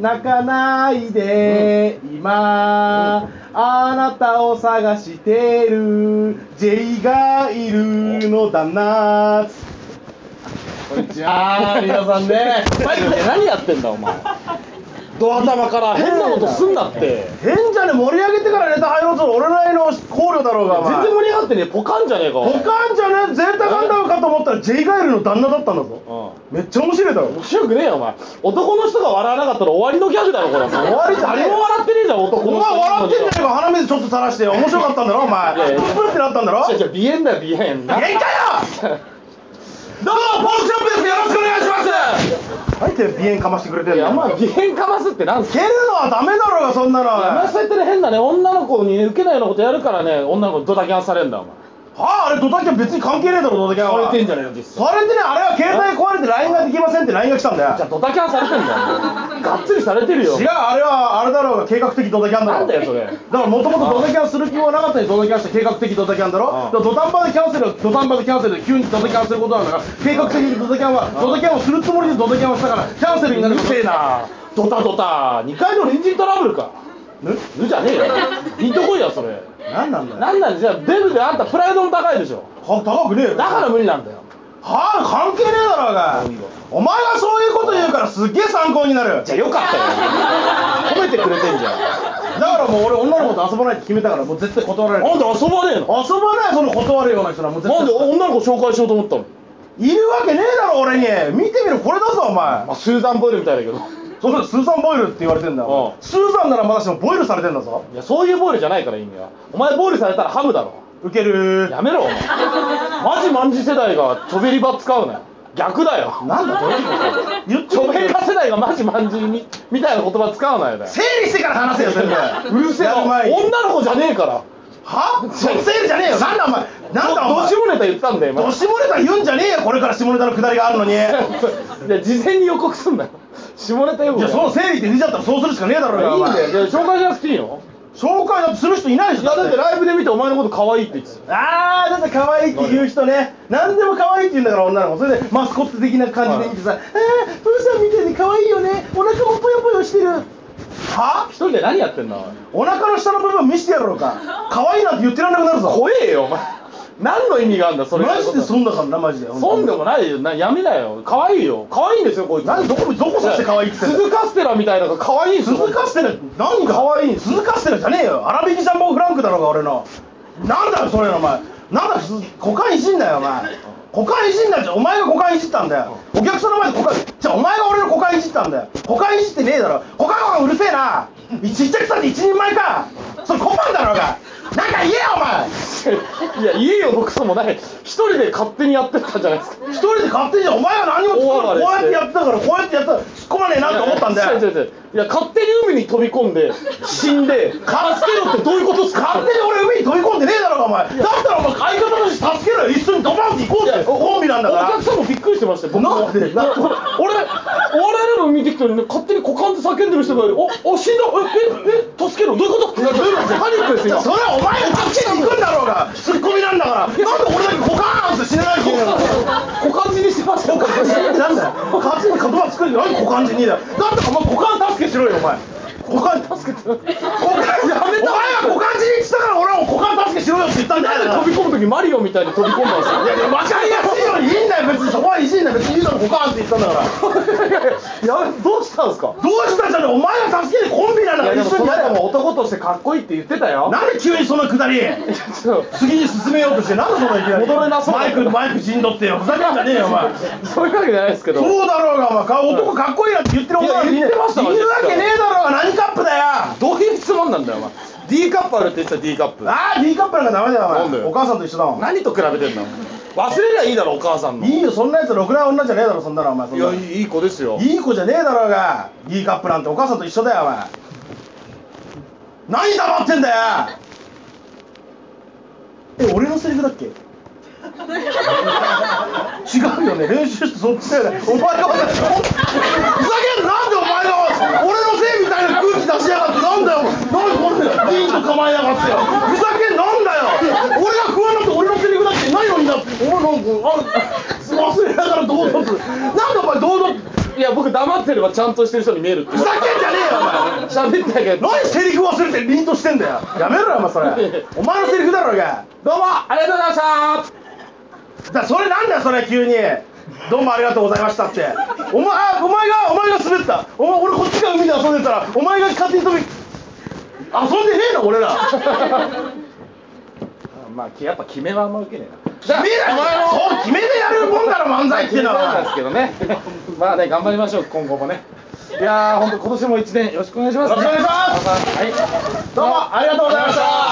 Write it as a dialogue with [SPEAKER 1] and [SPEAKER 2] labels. [SPEAKER 1] 泣かないで、今、あなたを探してる J がいるのだなこんにちは皆さんね
[SPEAKER 2] マイクで何やってんだお前ド頭から変なことすんなって
[SPEAKER 1] 変じゃね盛り上げてからネタ入ろうと俺なりの考慮だろうがお
[SPEAKER 2] 全
[SPEAKER 1] 前
[SPEAKER 2] 然盛り上がってねえポカンじゃねえかお前
[SPEAKER 1] ポカンじゃねえゼータガンダムかと思ったら J ガイルの旦那だったんだぞ
[SPEAKER 2] う
[SPEAKER 1] めっちゃ面白いだろ
[SPEAKER 2] ん面白くねえよお前男の人が笑わなかったら終わりのギャグだろ これ終
[SPEAKER 1] わりじゃねえ
[SPEAKER 2] 誰も笑ってねえじゃん男
[SPEAKER 1] お前
[SPEAKER 2] の人
[SPEAKER 1] 笑ってんじゃねえか鼻水ちょっと垂らして面白かったんだろお前
[SPEAKER 2] いやいや
[SPEAKER 1] プルってなったんだろ
[SPEAKER 2] じゃ鼻炎だよ鼻
[SPEAKER 1] 限
[SPEAKER 2] 炎
[SPEAKER 1] 界よどうもポークショップですよろしくお願いします何て鼻炎かましてくれてん
[SPEAKER 2] い
[SPEAKER 1] の
[SPEAKER 2] やまあ鼻炎かますってなんす
[SPEAKER 1] 蹴
[SPEAKER 2] か
[SPEAKER 1] るのはダメだろうがそんなの
[SPEAKER 2] 山
[SPEAKER 1] は
[SPEAKER 2] 下言ってね変だね女の子にね受けないようなことやるからね女の子にドタキャンされんだお前
[SPEAKER 1] ああれドタキャン別に関係ねえだろドタキャン
[SPEAKER 2] さ
[SPEAKER 1] は
[SPEAKER 2] れてんじゃねえの実際
[SPEAKER 1] それでねあれは携帯壊れて LINE ができませんって LINE が来たんだよ
[SPEAKER 2] じゃあドタキャンされてんだよお前がっつりされてるよ
[SPEAKER 1] 違うあれはあれだろうが計画的ドタキャンだろ
[SPEAKER 2] なんだよそれ
[SPEAKER 1] だからもともとドタキャンする気はなかったのにドタキャンして計画的ドタキャンだろ
[SPEAKER 2] ああ
[SPEAKER 1] だからドタンバでキャンセルはドタンバでキャンセルで急にドタキャンすることなんだから計画的にドタキャンはドタキャンをするつもりでドタキャンをしたからキャンセルになるせえな
[SPEAKER 2] ドタドタ2回の隣人トラブルか
[SPEAKER 1] ぬ
[SPEAKER 2] ぬじゃね えよピンとこいよそれ
[SPEAKER 1] 何なんだよ
[SPEAKER 2] なんなんじゃあデブであんたプライドも高いでしょ
[SPEAKER 1] は高くねえよ
[SPEAKER 2] だから無理なんだよ
[SPEAKER 1] はあ関係ねえだろうがお前がそういうこと言うからすっげえ参考になる
[SPEAKER 2] じゃあよかったよ褒めてくれてんじゃ
[SPEAKER 1] だからもう俺女の子と遊ばないって決めたからもう絶対断られ
[SPEAKER 2] ん
[SPEAKER 1] る
[SPEAKER 2] なんで遊ばねえの
[SPEAKER 1] 遊ばないその断るような人はもう絶対
[SPEAKER 2] なんで女の子紹介しようと思ったの
[SPEAKER 1] いるわけねえだろ俺に見てみろこれだぞお前
[SPEAKER 2] まあスーザン・ボイルみたいだけど
[SPEAKER 1] それスーザン・ボイルって言われてんだよ
[SPEAKER 2] うん
[SPEAKER 1] スーザンならまだしもボイルされてんだぞ
[SPEAKER 2] いやそういうボイルじゃないから意味はお前ボイルされたらハムだろ
[SPEAKER 1] ウケる
[SPEAKER 2] やめろお前マジマンジ世代がチョベリバ使うなよ逆だよ
[SPEAKER 1] なんだどういうこと言っ
[SPEAKER 2] チ
[SPEAKER 1] ち
[SPEAKER 2] ョベリ
[SPEAKER 1] ゃ
[SPEAKER 2] バ世代がマジマンジみみたいな言葉使うなよだよ
[SPEAKER 1] 整理してから話せよ全部
[SPEAKER 2] うるせえ
[SPEAKER 1] やる
[SPEAKER 2] な
[SPEAKER 1] 前に
[SPEAKER 2] 女の子じゃねえから
[SPEAKER 1] は整理じゃねえよなんだお前なんだお
[SPEAKER 2] どど
[SPEAKER 1] 前
[SPEAKER 2] しもネタ言ったんだよ今
[SPEAKER 1] ど下ネタ言うんじゃねえよこれから下ネタのくだりがあるのにいや
[SPEAKER 2] いや事前に予告すんだよ下ネタ予告だよ
[SPEAKER 1] その整理って出ちゃったらそうするしかねえだろう
[SPEAKER 2] いや
[SPEAKER 1] が
[SPEAKER 2] い
[SPEAKER 1] お
[SPEAKER 2] いんだ
[SPEAKER 1] 前
[SPEAKER 2] よいや紹介じゃなくていいよ
[SPEAKER 1] 紹介だってする人いないでし
[SPEAKER 2] い
[SPEAKER 1] ょ
[SPEAKER 2] やだって
[SPEAKER 1] あ
[SPEAKER 2] ライブで見てお前のこと可愛いって言ってた
[SPEAKER 1] あーだって可愛いって言う人ね何でも可愛いって言うんだから女の子それでマスコット的な感じで見てさ「あープーさんみたいに可愛いよねお腹もぽよぽよしてる」は
[SPEAKER 2] 一人で何やってんだお前
[SPEAKER 1] お腹の下の部分見せてやろうか可愛いなんて言ってられなくなるぞ
[SPEAKER 2] 怖えよお前何の意味があるんだそれ
[SPEAKER 1] マジで
[SPEAKER 2] ん
[SPEAKER 1] 損だからなマジで
[SPEAKER 2] 損でもないよなやめなよ可愛いよ可愛いんですよこいつ
[SPEAKER 1] なんでどこどこさして可愛いって言ってんだよ
[SPEAKER 2] 鈴カステラみたいなのが可愛いんですよ
[SPEAKER 1] 鈴カステラ何が
[SPEAKER 2] 可愛いんです
[SPEAKER 1] 鈴カステラじゃねえよアラビキジャンボフランクだろうが俺のなんだよそれお前なんだ鈴股間いじんなよお前股間いじんなじゃお前が股間いじったんだよお客さんの前で股間じゃあお前が俺の股間いじったんだよ股間いじってねえだろ股間がうるせえなちっちゃくたって一人前かそれ小判だろうがなんか言えよお前
[SPEAKER 2] いや家よ僕そもない一人で勝手にやってったんじゃないですか
[SPEAKER 1] 一人で勝手にじゃお前が何も突っ込まないこうやってやってたからこうやってやったら突っ込まねえなって思ったんだよ
[SPEAKER 2] いやいや違う違う違ういや勝手に海に飛び込んで死んで 助けろってどういうことっすか
[SPEAKER 1] 勝手に俺海に飛び込んでねえだろうがお前だったらお前相方として助けろよ一緒にドバンって行こうってコンビなんだか
[SPEAKER 2] お
[SPEAKER 1] ら
[SPEAKER 2] 客さんもびっくりしてましたよ僕
[SPEAKER 1] なんで
[SPEAKER 2] いや俺俺我々の見てきたのにね勝手に股間で叫んでる人がいるおお死んだえええ助けろどういうことってなるパニックです
[SPEAKER 1] いや
[SPEAKER 2] よ
[SPEAKER 1] それはお前が助けに行くんだろうがツッコミなんだからなんで俺だけ股間なんて死ねないといけないの
[SPEAKER 2] 股間死にしてましたよ股間
[SPEAKER 1] なんだよ勝手に言葉作るんじゃない股間じゃねえだよだったらお前股間助けしろよお前股間助けて股間やめたお前が股間じにしたから俺は股間助けしろよって言ったんだよ
[SPEAKER 2] 飛び込む時マリオみたいに飛び込んだんですよ
[SPEAKER 1] いやいや分かりやすいようにいいんだよ別にそこはいじんだよ別にいいだろ股間って言ったんだから
[SPEAKER 2] やべどうしたんですか
[SPEAKER 1] どうしたじゃねお前が助けてコンビなんだ
[SPEAKER 2] い
[SPEAKER 1] か
[SPEAKER 2] や
[SPEAKER 1] ら一
[SPEAKER 2] で
[SPEAKER 1] 緒に
[SPEAKER 2] もこの
[SPEAKER 1] や
[SPEAKER 2] 間
[SPEAKER 1] れ
[SPEAKER 2] も
[SPEAKER 1] よ
[SPEAKER 2] 男としてかっこいいって言ってた よ
[SPEAKER 1] なんで急にそのくだり
[SPEAKER 2] ちょっと
[SPEAKER 1] 次に進めようとしてなんでそんないきなり
[SPEAKER 2] 戻れなそう
[SPEAKER 1] マ
[SPEAKER 2] だ
[SPEAKER 1] イクマイク陣取ってよふざけんじゃねえよお 前
[SPEAKER 2] そういうわけじゃないですけ
[SPEAKER 1] そ
[SPEAKER 2] ど
[SPEAKER 1] うだろうがお前か男かっこいいなって言ってる女
[SPEAKER 2] いや言ってました
[SPEAKER 1] い
[SPEAKER 2] よ
[SPEAKER 1] るわけねえだろうが何カップだよ
[SPEAKER 2] どういう質問なんだよお前 D カップあるって言ってた D カップ
[SPEAKER 1] ああ D カップなんかダメだよ
[SPEAKER 2] な
[SPEAKER 1] お
[SPEAKER 2] んだ
[SPEAKER 1] 前
[SPEAKER 2] よ
[SPEAKER 1] お母さんと一緒だもん
[SPEAKER 2] 何と比べてんだお前忘れりゃいいだろお母さんの
[SPEAKER 1] いいよそんなやつろくな女じゃねえだろそんなのお前そん
[SPEAKER 2] い
[SPEAKER 1] なの
[SPEAKER 2] やいい子ですよ
[SPEAKER 1] いい子じゃねえだろうが D カップなんてお母さんと一緒だよお前何黙ってんだよえ俺のセリフだっけ違うよね練習してそっちだよねお前がふざけんななんでお前が俺のせいみたいな空気出しやがってなんだよ何これリンと構えやがってよふざけんなんだよ俺が不安なんて俺のセリフだってないのにだってお前なんかあ忘れながら堂々となんでお前堂々と
[SPEAKER 2] いや僕黙ってればちゃんとしてる人に見えるって
[SPEAKER 1] ふざけんじゃねえよ
[SPEAKER 2] 喋ったけど
[SPEAKER 1] 何セリフ忘れて凛としてんだよやめろよお前それお前のセリフだろうがどうも
[SPEAKER 2] ありがとうございました
[SPEAKER 1] だそれなんだよそれ急にどうもありがとうございましたってお前あお前がお前が滑ったお前俺こっちが海で遊んでたらお前が勝手に飛び遊んでねえの俺ら
[SPEAKER 2] まあやっぱ決めはあんま受けねえな
[SPEAKER 1] 決めないそう決めでやるもんだろ漫才っていうの
[SPEAKER 2] なん
[SPEAKER 1] は
[SPEAKER 2] ですけどねまあね頑張りましょう今後もねいやー本当今年も一年よろしくお願いします
[SPEAKER 1] よろしくお願いします
[SPEAKER 2] はい
[SPEAKER 1] どうもありがとうございました